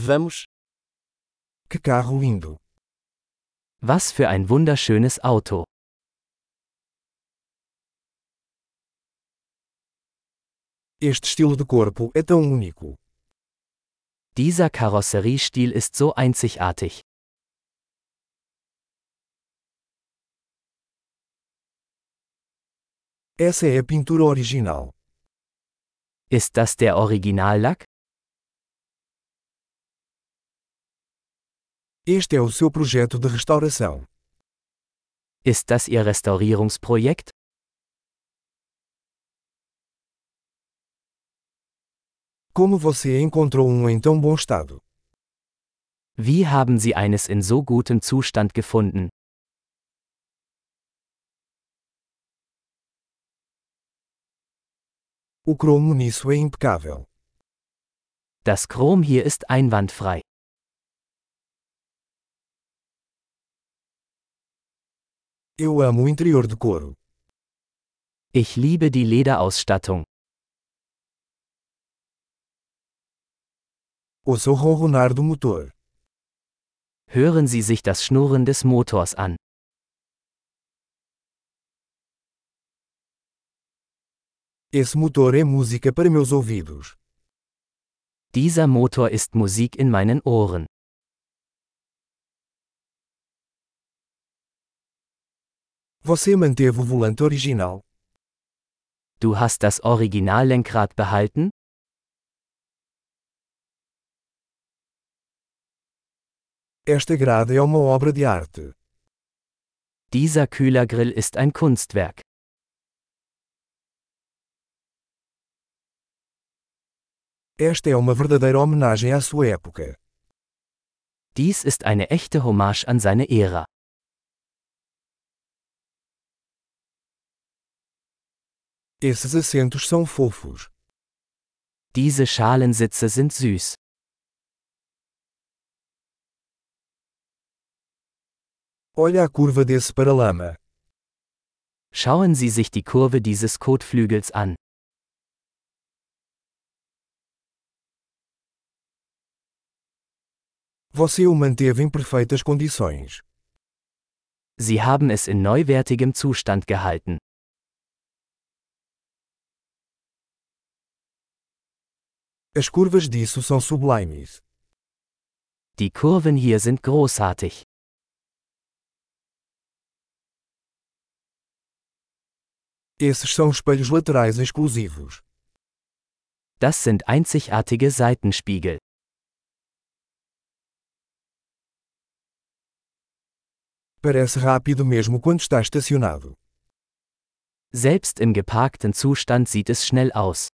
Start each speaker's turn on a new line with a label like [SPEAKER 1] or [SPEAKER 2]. [SPEAKER 1] Vamos.
[SPEAKER 2] Que carro lindo!
[SPEAKER 3] Was für ein wunderschönes Auto.
[SPEAKER 2] Este estilo de corpo é tão único.
[SPEAKER 3] Dieser Karosseriestil ist so einzigartig.
[SPEAKER 2] Essa é a pintura original.
[SPEAKER 3] Ist das der Originallack?
[SPEAKER 2] Este é o seu projeto de restauração.
[SPEAKER 3] Ist das Ihr Restaurierungsprojekt?
[SPEAKER 2] Como você encontrou um em tão bom estado?
[SPEAKER 3] Wie haben Sie eines in so gutem Zustand gefunden?
[SPEAKER 2] O cromo nisso é impecável.
[SPEAKER 3] Das Chrom hier ist einwandfrei.
[SPEAKER 2] Eu amo o interior de couro.
[SPEAKER 3] Ich liebe die Lederausstattung.
[SPEAKER 2] Ouça o ronronar do motor.
[SPEAKER 3] Hören Sie sich das Schnurren des Motors an.
[SPEAKER 2] Esse motor é música para meus ouvidos.
[SPEAKER 3] Dieser Motor ist Musik in meinen Ohren.
[SPEAKER 2] Você manteve o volante original?
[SPEAKER 3] Du hast das Originallenkrad behalten?
[SPEAKER 2] Esta grade é uma obra de arte.
[SPEAKER 3] Dieser Kühlergrill ist ein Kunstwerk.
[SPEAKER 2] Esta é uma verdadeira homenagem à sua época.
[SPEAKER 3] Dies ist eine echte Hommage an seine Ära.
[SPEAKER 2] Esses assentos são fofos.
[SPEAKER 3] Diese Schalensitze sind süß.
[SPEAKER 2] Olha a curva desse paralama.
[SPEAKER 3] Schauen Sie sich die Kurve dieses Kotflügels an.
[SPEAKER 2] Você o manteve em perfeitas condições.
[SPEAKER 3] Sie haben es in neuwertigem Zustand gehalten.
[SPEAKER 2] As curvas disso são sublimes.
[SPEAKER 3] Die Kurven hier sind großartig.
[SPEAKER 2] Esses são espelhos laterais exclusivos.
[SPEAKER 3] Das sind einzigartige Seitenspiegel.
[SPEAKER 2] Parece rápido mesmo quando está estacionado.
[SPEAKER 3] Selbst im geparkten Zustand sieht es schnell aus.